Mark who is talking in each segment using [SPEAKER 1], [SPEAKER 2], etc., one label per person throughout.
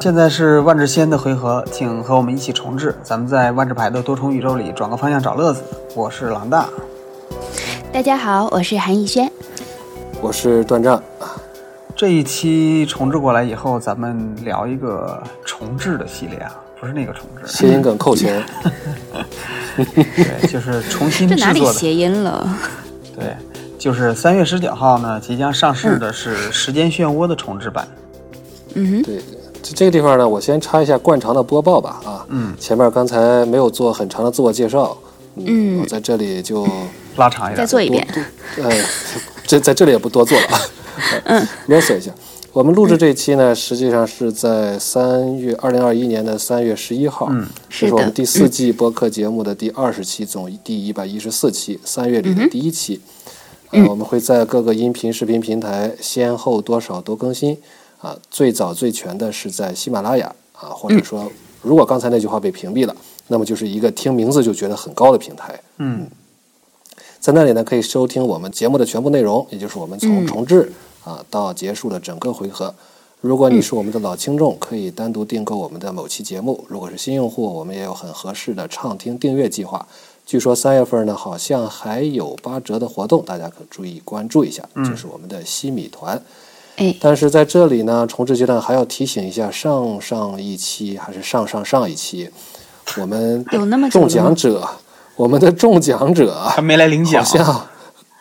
[SPEAKER 1] 现在是万智仙的回合，请和我们一起重置。咱们在万智牌的多重宇宙里转个方向找乐子。我是狼大，
[SPEAKER 2] 大家好，我是韩逸轩。
[SPEAKER 3] 我是段战，
[SPEAKER 1] 这一期重置过来以后，咱们聊一个重置的系列啊，不是那个重 置，
[SPEAKER 3] 谐音梗扣钱。
[SPEAKER 1] 对，就是重新
[SPEAKER 2] 这
[SPEAKER 1] 嗯制
[SPEAKER 2] 哪里
[SPEAKER 1] 作的。
[SPEAKER 2] 谐音了？
[SPEAKER 1] 对，就是三月十九号呢，即将上市的是《时间漩涡》的重置版。
[SPEAKER 2] 嗯哼，
[SPEAKER 3] 对，这这个地方呢，我先插一下惯常的播报吧啊。
[SPEAKER 1] 嗯，
[SPEAKER 3] 前面刚才没有做很长的自我介绍，
[SPEAKER 2] 嗯
[SPEAKER 3] 我在这里就
[SPEAKER 1] 拉长一点。
[SPEAKER 2] 再做一遍。
[SPEAKER 3] 呃，这在这里也不多做了，嗯，啰嗦一下。我们录制这一期呢，实际上是在三月二零二一年的三月十一号，
[SPEAKER 1] 嗯
[SPEAKER 3] 这
[SPEAKER 2] 是
[SPEAKER 3] 是我
[SPEAKER 2] 的
[SPEAKER 3] 们第四季播客节目的第二十期，总第一百一十四期，三月里的第一期。呃，我们会在各个音频、视频平台先后多少都更新，啊，最早最全的是在喜马拉雅啊，或者说，如果刚才那句话被屏蔽了，那么就是一个听名字就觉得很高的平台。
[SPEAKER 1] 嗯，
[SPEAKER 3] 在那里呢，可以收听我们节目的全部内容，也就是我们
[SPEAKER 2] 嗯
[SPEAKER 3] 从重置、啊到结束的整个回合。如果你是我们的老听众，可以单独订购我们的某期节目；如果是新用户，我们也有很合适的畅听订阅计划。据说三月份呢，好像还有八折的活动，大家可注意关注一下，
[SPEAKER 2] 嗯
[SPEAKER 3] 就是我们的西米团。
[SPEAKER 2] 哎，
[SPEAKER 3] 但是在这里呢，重置阶段还要提醒一下，上上一期还是上上上一期，我们
[SPEAKER 2] 有那么久了
[SPEAKER 3] 中
[SPEAKER 2] 吗
[SPEAKER 3] 奖者，我们的中奖者啊
[SPEAKER 1] 还没来领
[SPEAKER 3] 好
[SPEAKER 1] 奖。
[SPEAKER 3] 像，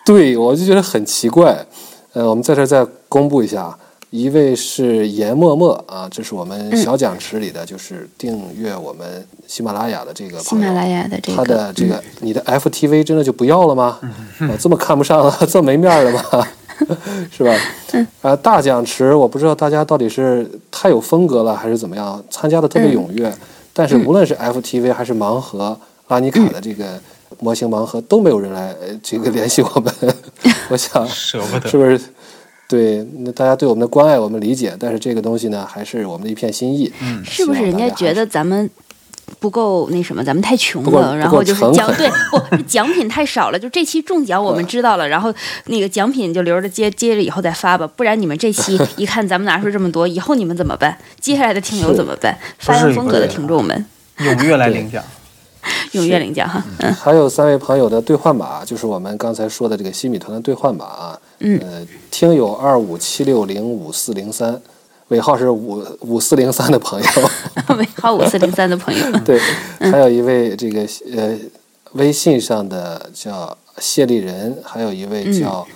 [SPEAKER 3] 对我就觉得很奇怪。呃，我们在这儿再公布一下，啊一位是严默默啊，这是我
[SPEAKER 2] 嗯
[SPEAKER 3] 们小奖池里的，就是订阅我们喜马拉雅的这个
[SPEAKER 2] 喜
[SPEAKER 3] 朋友
[SPEAKER 2] 马拉雅的这
[SPEAKER 3] 他
[SPEAKER 2] 个嗯
[SPEAKER 3] 的这个、你的 FTV 真的就不要了吗？
[SPEAKER 1] 嗯
[SPEAKER 3] 啊，这么看不上了，这么没面儿了吗？ 是吧？
[SPEAKER 2] 嗯
[SPEAKER 3] 啊，大奖池，我不知道大家到底是太有风格了还是怎么样，参加的特别
[SPEAKER 2] 嗯
[SPEAKER 3] 踊跃。但是无论是 FTV 还是盲盒、拉尼卡的这个模型盲盒，都没有人来呃这个联系我们。 我想
[SPEAKER 1] 舍不得
[SPEAKER 3] 是不是？对，那大家对我们的关爱我们理解，但是这个东西呢，还是我们的一片心意。嗯，
[SPEAKER 2] 是不是人家觉得咱们不够那什么，咱们太穷
[SPEAKER 3] 不够
[SPEAKER 2] 了，然
[SPEAKER 3] 不
[SPEAKER 2] 后
[SPEAKER 3] 够
[SPEAKER 2] 就是
[SPEAKER 3] 诚
[SPEAKER 2] 奖
[SPEAKER 3] 恳
[SPEAKER 2] 对不是奖品太少了，就这期中奖我们知道了，然后那个奖品就留着接接着以后再发吧，不然你们这期一看咱们拿出这么多，以后你们怎么办？接下来的听友
[SPEAKER 3] 是
[SPEAKER 2] 怎么办？发
[SPEAKER 1] 不
[SPEAKER 2] 扬
[SPEAKER 1] 是
[SPEAKER 2] 风格的
[SPEAKER 1] 不是
[SPEAKER 2] 听众们
[SPEAKER 1] 踊跃来领奖。
[SPEAKER 2] 踊跃领奖哈，嗯
[SPEAKER 3] 还有三位朋友的兑换码，就是我们刚才说的这个西米团的兑换码啊。
[SPEAKER 2] 嗯
[SPEAKER 3] 呃，听友二五七六零五四零三，尾号是五五四零三的朋 友，
[SPEAKER 2] 尾号五四零三的朋友们，
[SPEAKER 3] 对，
[SPEAKER 2] 嗯
[SPEAKER 3] 还有一位这个呃微信上的叫谢丽人，还有一位叫、
[SPEAKER 2] 嗯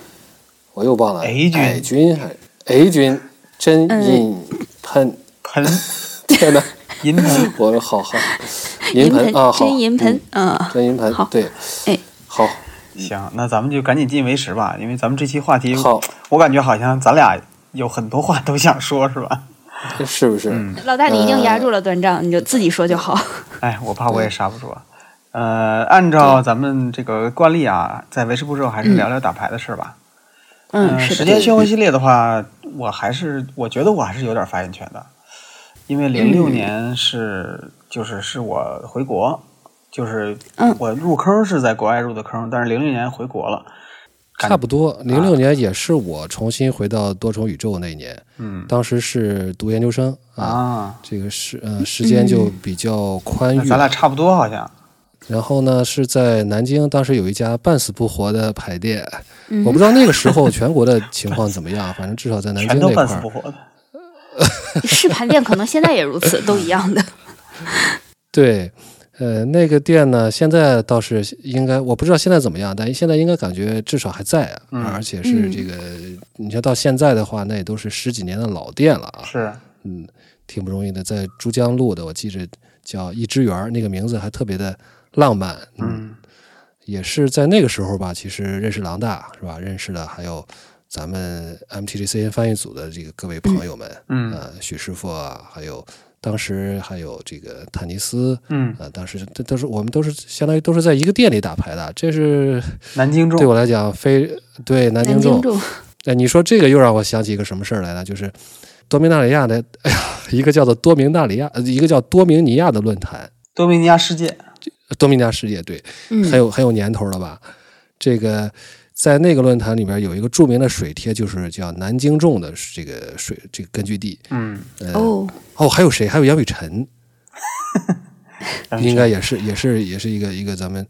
[SPEAKER 3] 我又忘了
[SPEAKER 1] A 君
[SPEAKER 3] 矮君还 A 君真印喷，
[SPEAKER 2] 嗯
[SPEAKER 1] 盆
[SPEAKER 3] 天哪，
[SPEAKER 1] 银盆，
[SPEAKER 3] 我好好银
[SPEAKER 2] 银
[SPEAKER 3] 盆
[SPEAKER 2] 盆
[SPEAKER 3] 啊，好嗯
[SPEAKER 2] 真银盆，啊，
[SPEAKER 3] 真银盆
[SPEAKER 2] 好，
[SPEAKER 3] 对，
[SPEAKER 2] 哎，
[SPEAKER 3] 好。
[SPEAKER 1] 行，那咱们就赶紧进为时吧，因为咱们这期话题，
[SPEAKER 3] 好
[SPEAKER 1] 我感觉好像咱俩有很多话都想说， 是 吧？
[SPEAKER 3] 是不是？
[SPEAKER 2] 老大，你一
[SPEAKER 3] 呃
[SPEAKER 2] 定压住了断章，你就自己说就好。
[SPEAKER 1] 哎，我怕我也刹不住啊。呃，按照咱们这个惯例啊，在维持步骤还是聊聊打牌的事儿吧。呃
[SPEAKER 3] 呃
[SPEAKER 2] 嗯，
[SPEAKER 1] 时
[SPEAKER 2] 是
[SPEAKER 1] 间
[SPEAKER 2] 的，
[SPEAKER 1] 漩涡系列的话，我还是我觉得我还是有点发言权的，因为零
[SPEAKER 3] 嗯
[SPEAKER 1] 六年是、就是是我回国，就是
[SPEAKER 2] 嗯
[SPEAKER 1] 我入坑是在国外入的坑，但是零六年回国了，感
[SPEAKER 3] 差不多，
[SPEAKER 1] 啊
[SPEAKER 3] 零六年也是我重新回到多重宇宙那一年，
[SPEAKER 1] 嗯
[SPEAKER 3] 当时是读研究生啊，
[SPEAKER 1] 啊，
[SPEAKER 3] 这个时呃时间就比较宽
[SPEAKER 1] 嗯那
[SPEAKER 3] 裕。
[SPEAKER 1] 咱俩差不多好像。
[SPEAKER 3] 然后呢是在南京，当时有一家半死不活的牌店，我不知道那个时候全国的情况怎 么样，反正至少在南
[SPEAKER 1] 全
[SPEAKER 3] 京
[SPEAKER 1] 都
[SPEAKER 3] 那块
[SPEAKER 1] 半死不
[SPEAKER 3] 儿，
[SPEAKER 1] 活的。
[SPEAKER 2] 是盘店可能现在也如此，都一样的。
[SPEAKER 3] 对。呃，那个店呢，现在倒是应该，我不知道现在怎么样，但现在应该感觉至少还在啊，
[SPEAKER 1] 嗯
[SPEAKER 3] 而且是这个，你像到现在的话，那也都是十几年的老店了啊。
[SPEAKER 1] 是，
[SPEAKER 3] 嗯，挺不容易的，在珠江路的，我记着叫一枝园儿，那个名字还特别的浪漫。嗯，
[SPEAKER 1] 嗯，
[SPEAKER 3] 也是在那个时候吧，其实认识狼大是吧？认识了还有咱们 MTDCN 翻译组的这个各位朋友们，
[SPEAKER 1] 嗯
[SPEAKER 3] 呃，许师傅啊，还有当时还有这个坦尼斯。
[SPEAKER 1] 嗯，
[SPEAKER 3] 啊、当时这都是我们都是相当于都是在一个店里打牌的，这是
[SPEAKER 1] 南京
[SPEAKER 3] 对
[SPEAKER 1] 众
[SPEAKER 3] 我来讲非对 南京
[SPEAKER 2] 南
[SPEAKER 3] 众
[SPEAKER 2] 京众，
[SPEAKER 3] 哎，你说这个又让我想起一个什么事儿来了，就是多明纳里亚的，哎呀，一个叫做多明纳里亚，呃一个叫多明尼亚的论坛，
[SPEAKER 1] 多米尼亚世界，
[SPEAKER 3] 呃多明尼亚世界，对，很
[SPEAKER 2] 嗯
[SPEAKER 3] 有很有年头了吧？这个在那个论坛里边有一个著名的水贴，就是叫南京众的这个水这个根据地。
[SPEAKER 1] 嗯，
[SPEAKER 2] 哦，
[SPEAKER 3] 哦，还有谁？还有杨雨晨，
[SPEAKER 1] 但是
[SPEAKER 3] 应该也是也是也是一个一个咱们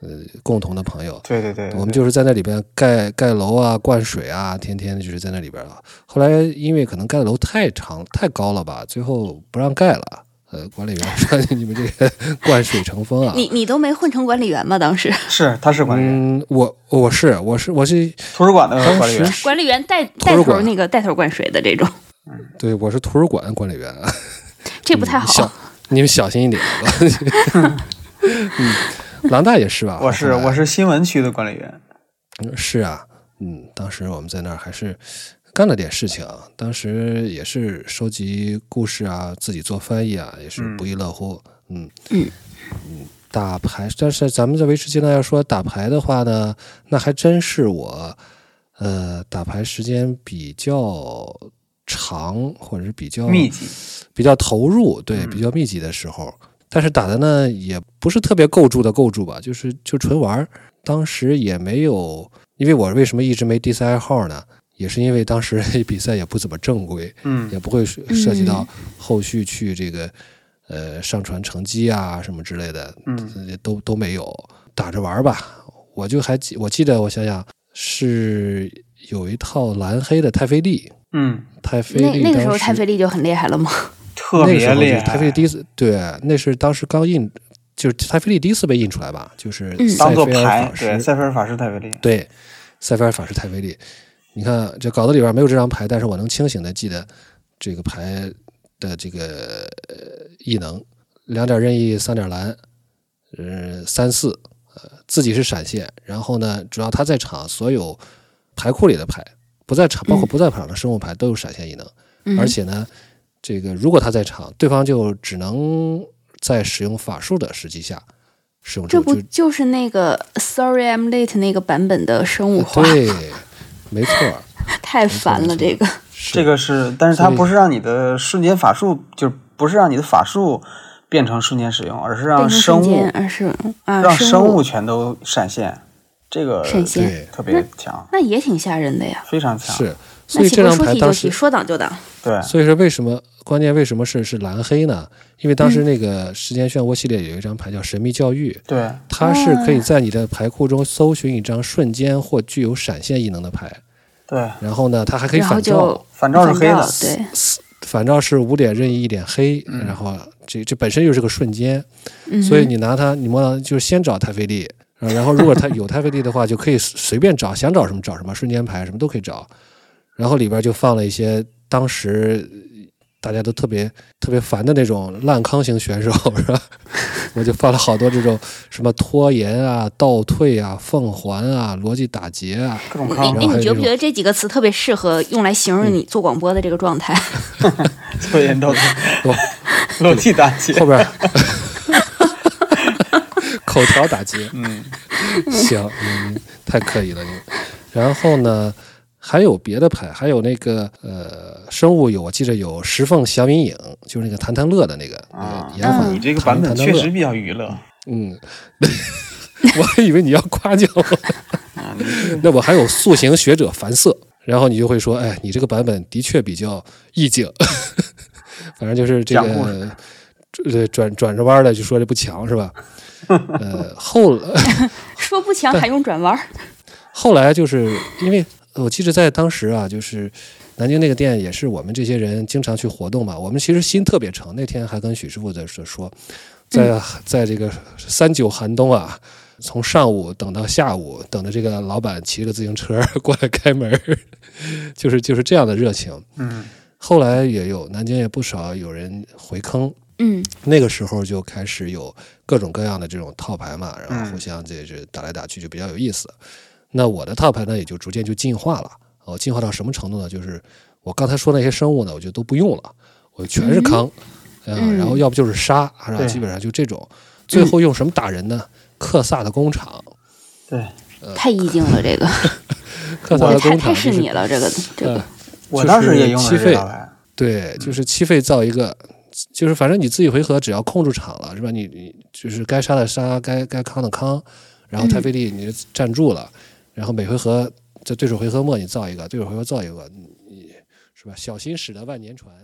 [SPEAKER 3] 呃共同的朋友。
[SPEAKER 1] 对对对，
[SPEAKER 3] 我们就是在那里边盖盖楼啊、灌水啊，天天就是在那里边啊。后来因为可能盖的楼太长、太高了吧，最后不让盖了。呃，管理员说你们这 个灌水成风啊。
[SPEAKER 2] 你你都没混成管理员吗？当时
[SPEAKER 1] 是他是管理员，
[SPEAKER 3] 嗯，我我是我是我是
[SPEAKER 1] 图书馆的
[SPEAKER 3] 当
[SPEAKER 1] 呃管理员
[SPEAKER 3] 时，
[SPEAKER 2] 管理员带
[SPEAKER 3] 图
[SPEAKER 2] 带头
[SPEAKER 3] 书馆
[SPEAKER 2] 那个带头灌水的这种，
[SPEAKER 3] 对我是图书馆管理员啊。
[SPEAKER 2] 这不太
[SPEAKER 3] 嗯小
[SPEAKER 2] 好。，
[SPEAKER 3] 你们小心一点。 嗯，郎大也是吧？
[SPEAKER 1] 我是
[SPEAKER 3] 后来
[SPEAKER 1] 我是新闻区的管理员。
[SPEAKER 3] 嗯是啊，嗯，当时我们在那儿还是干了点事情啊，当时也是收集故事啊，自己做翻译啊，也是不亦乐乎。嗯
[SPEAKER 2] 嗯
[SPEAKER 3] 嗯打牌，但是咱们在维持阶段要说打牌的话呢，那还真是我，呃，打牌时间比较长，或者是比较
[SPEAKER 1] 密集，
[SPEAKER 3] 比较投入，
[SPEAKER 2] 嗯
[SPEAKER 3] 对，比较密集的时候，但是打的呢也不是特别构筑的构筑吧，就是就纯玩儿。当时也没有，因为我为什么一直没第三爱号呢？也是因为当时比赛也不怎么正规，
[SPEAKER 1] 嗯
[SPEAKER 3] 也不会涉涉及
[SPEAKER 2] 嗯
[SPEAKER 3] 到后续去这个呃上传成绩啊什么之类的，
[SPEAKER 1] 嗯
[SPEAKER 3] 呃都都没有，打着玩儿吧。我就还记，我记得我想想是有一套蓝黑的太妃利，
[SPEAKER 1] 嗯，
[SPEAKER 3] 太妃
[SPEAKER 2] 那
[SPEAKER 3] 利
[SPEAKER 2] 那个
[SPEAKER 3] 当
[SPEAKER 2] 时候
[SPEAKER 3] 时
[SPEAKER 2] 太费力就很厉害了 吗？
[SPEAKER 1] 特
[SPEAKER 3] 那个时
[SPEAKER 1] 别
[SPEAKER 3] 候就
[SPEAKER 1] 厉
[SPEAKER 3] 是
[SPEAKER 1] 害。
[SPEAKER 3] 台飞利第一次，对，那是当时刚印，就是台飞利第一次被印出来吧，就是
[SPEAKER 2] 嗯
[SPEAKER 3] 塞
[SPEAKER 1] 当做
[SPEAKER 3] 菲尔
[SPEAKER 1] 牌
[SPEAKER 3] 法，
[SPEAKER 1] 对，
[SPEAKER 3] 师，
[SPEAKER 1] 塞菲尔法师太费力。
[SPEAKER 3] 对，塞菲尔法师台飞利。你看这稿子里边没有这张牌，但是我能清醒的记得这个牌的这个呃异能，两点任意，三点蓝，呃，三四，呃，自己是闪现，然后呢，只要他在场，所有牌库里的牌不在场，包括不在场的生物牌都有闪现异能。
[SPEAKER 2] 嗯
[SPEAKER 3] 而且呢，这个如果他在场，对方就只能在使用法术的时机下使用
[SPEAKER 2] 这
[SPEAKER 3] 这
[SPEAKER 2] 不
[SPEAKER 3] 个就
[SPEAKER 2] 就是那个 Sorry I'm Late 那个版本的生物化？
[SPEAKER 3] 对，没错儿，
[SPEAKER 2] 太烦了，这个
[SPEAKER 3] 是
[SPEAKER 1] 这个是，但是它
[SPEAKER 3] 所以
[SPEAKER 1] 不是让你的瞬间法术，就是不是让你的法术变成瞬间使用，而是
[SPEAKER 2] 变
[SPEAKER 1] 让
[SPEAKER 2] 成
[SPEAKER 1] 生
[SPEAKER 2] 瞬间
[SPEAKER 1] 物
[SPEAKER 2] 啊是啊
[SPEAKER 1] 让生
[SPEAKER 2] 物
[SPEAKER 1] 物全都闪现，这个
[SPEAKER 2] 闪现
[SPEAKER 3] 呃对
[SPEAKER 1] 特别强，
[SPEAKER 2] 那也挺吓人的呀。
[SPEAKER 1] 非常强。
[SPEAKER 3] 是，
[SPEAKER 2] 啊
[SPEAKER 3] 所
[SPEAKER 2] 那
[SPEAKER 3] 以
[SPEAKER 2] 岂
[SPEAKER 3] 这
[SPEAKER 2] 不是
[SPEAKER 3] 张
[SPEAKER 2] 说
[SPEAKER 3] 牌
[SPEAKER 2] 提就
[SPEAKER 3] 当
[SPEAKER 2] 提，
[SPEAKER 3] 时，
[SPEAKER 2] 说挡就挡？
[SPEAKER 1] 对，
[SPEAKER 3] 所以说为什么关键为什么是是蓝黑呢？因为当
[SPEAKER 2] 嗯
[SPEAKER 3] 时那个时间漩涡系列有一张牌叫神秘教育，
[SPEAKER 1] 对，
[SPEAKER 3] 它
[SPEAKER 2] 哦
[SPEAKER 3] 是可以在你的牌库中搜寻一张瞬间或具有闪现异能的牌，
[SPEAKER 1] 对，
[SPEAKER 3] 然后呢，它还可以
[SPEAKER 2] 然后
[SPEAKER 3] 反照
[SPEAKER 2] 就。
[SPEAKER 1] 反照是黑的
[SPEAKER 2] 反，对，
[SPEAKER 3] 反照是五点任意一点黑，然后这这本身就是个瞬间，
[SPEAKER 2] 嗯
[SPEAKER 3] 所以你拿它，你摸到就是先找太妃力，呃然后如果它有太妃力的话，就可以随随便找，想找什么找什么，瞬间牌什么都可以找。然后里边就放了一些当时呃大家都特别特别烦的那种烂康型选手，是吧？我就放了好多这种什么拖延啊、倒退啊、奉还啊、逻辑打劫啊，
[SPEAKER 1] 各种
[SPEAKER 2] 哎
[SPEAKER 1] 坑
[SPEAKER 3] 然，
[SPEAKER 2] 哎，
[SPEAKER 3] 后还有
[SPEAKER 2] 你觉
[SPEAKER 3] 这
[SPEAKER 2] 不
[SPEAKER 3] 种嗯
[SPEAKER 2] 觉得这几个词特别适合用来形容你做广播的这个状 态？
[SPEAKER 1] 拖延到底
[SPEAKER 3] 我
[SPEAKER 1] 落地打劫。
[SPEAKER 3] 后边 儿口条打劫，
[SPEAKER 1] 嗯，
[SPEAKER 3] 行，嗯，太刻意了你。然后呢，还有别的牌，还有那个呃，生物有，我记得有石凤祥云影，就是那个谭谭乐的那个
[SPEAKER 1] 啊
[SPEAKER 3] 演法。
[SPEAKER 1] 你这个版本
[SPEAKER 3] 谭谭
[SPEAKER 1] 确
[SPEAKER 3] 乐
[SPEAKER 1] 实，比较娱乐
[SPEAKER 3] 嗯， 我还以为你要夸奖我。
[SPEAKER 1] 啊，你这个
[SPEAKER 3] 那我还有塑形学者樊瑟，然后你就会说，哎，你这个版本的确比较意境， 反正就是这
[SPEAKER 1] 讲故
[SPEAKER 3] 个转转转着弯儿的就说这不强是吧？呃，后来
[SPEAKER 2] 说不强还用转弯儿？
[SPEAKER 3] 后来就是因为呃我记得在当时啊，就是南京那个店也是我们这些人经常去活动嘛，我们其实心特别诚。那天还跟许师傅在说说，在在这个三九寒冬啊。从上午等到下午，等着这个老板骑着自行车过来开门儿，就是就是这样的热情。
[SPEAKER 1] 嗯，
[SPEAKER 3] 后来也有南京也不少有人回坑，
[SPEAKER 2] 嗯，
[SPEAKER 3] 那个时候就开始有各种各样的这种套牌嘛，然后
[SPEAKER 1] 嗯
[SPEAKER 3] 互相这是打来打去就比较有意思。那我的套牌呢，也就逐渐就进化了。哦，进化到什么程度呢？就是我刚才说那些生物呢，我就都不用了，我全是坑，嗯、
[SPEAKER 2] 嗯
[SPEAKER 3] 然后要不就是杀，然后
[SPEAKER 1] 对
[SPEAKER 3] 基本上就这种。最后用什么打人呢？克萨的工厂，
[SPEAKER 1] 对，
[SPEAKER 2] 太意境了，这个
[SPEAKER 3] 克萨
[SPEAKER 2] 我
[SPEAKER 3] 呃的
[SPEAKER 2] 太
[SPEAKER 3] 工
[SPEAKER 2] 太
[SPEAKER 3] 厂
[SPEAKER 2] 是
[SPEAKER 3] 就是
[SPEAKER 2] 你了，这个这
[SPEAKER 3] 呃
[SPEAKER 2] 个，
[SPEAKER 1] 我
[SPEAKER 3] 就是
[SPEAKER 1] 当时也用
[SPEAKER 3] 七
[SPEAKER 1] 了这
[SPEAKER 3] 费
[SPEAKER 1] 道牌，
[SPEAKER 3] 对，就是七费造一个，就是反正你自己回合只要控住场了，是吧？你你就是该杀的杀，该该康的康，然后太妃利你就站住了，然后每回合这对手回合末你造一个，对手回合造一个，你是吧？小心驶得万年船。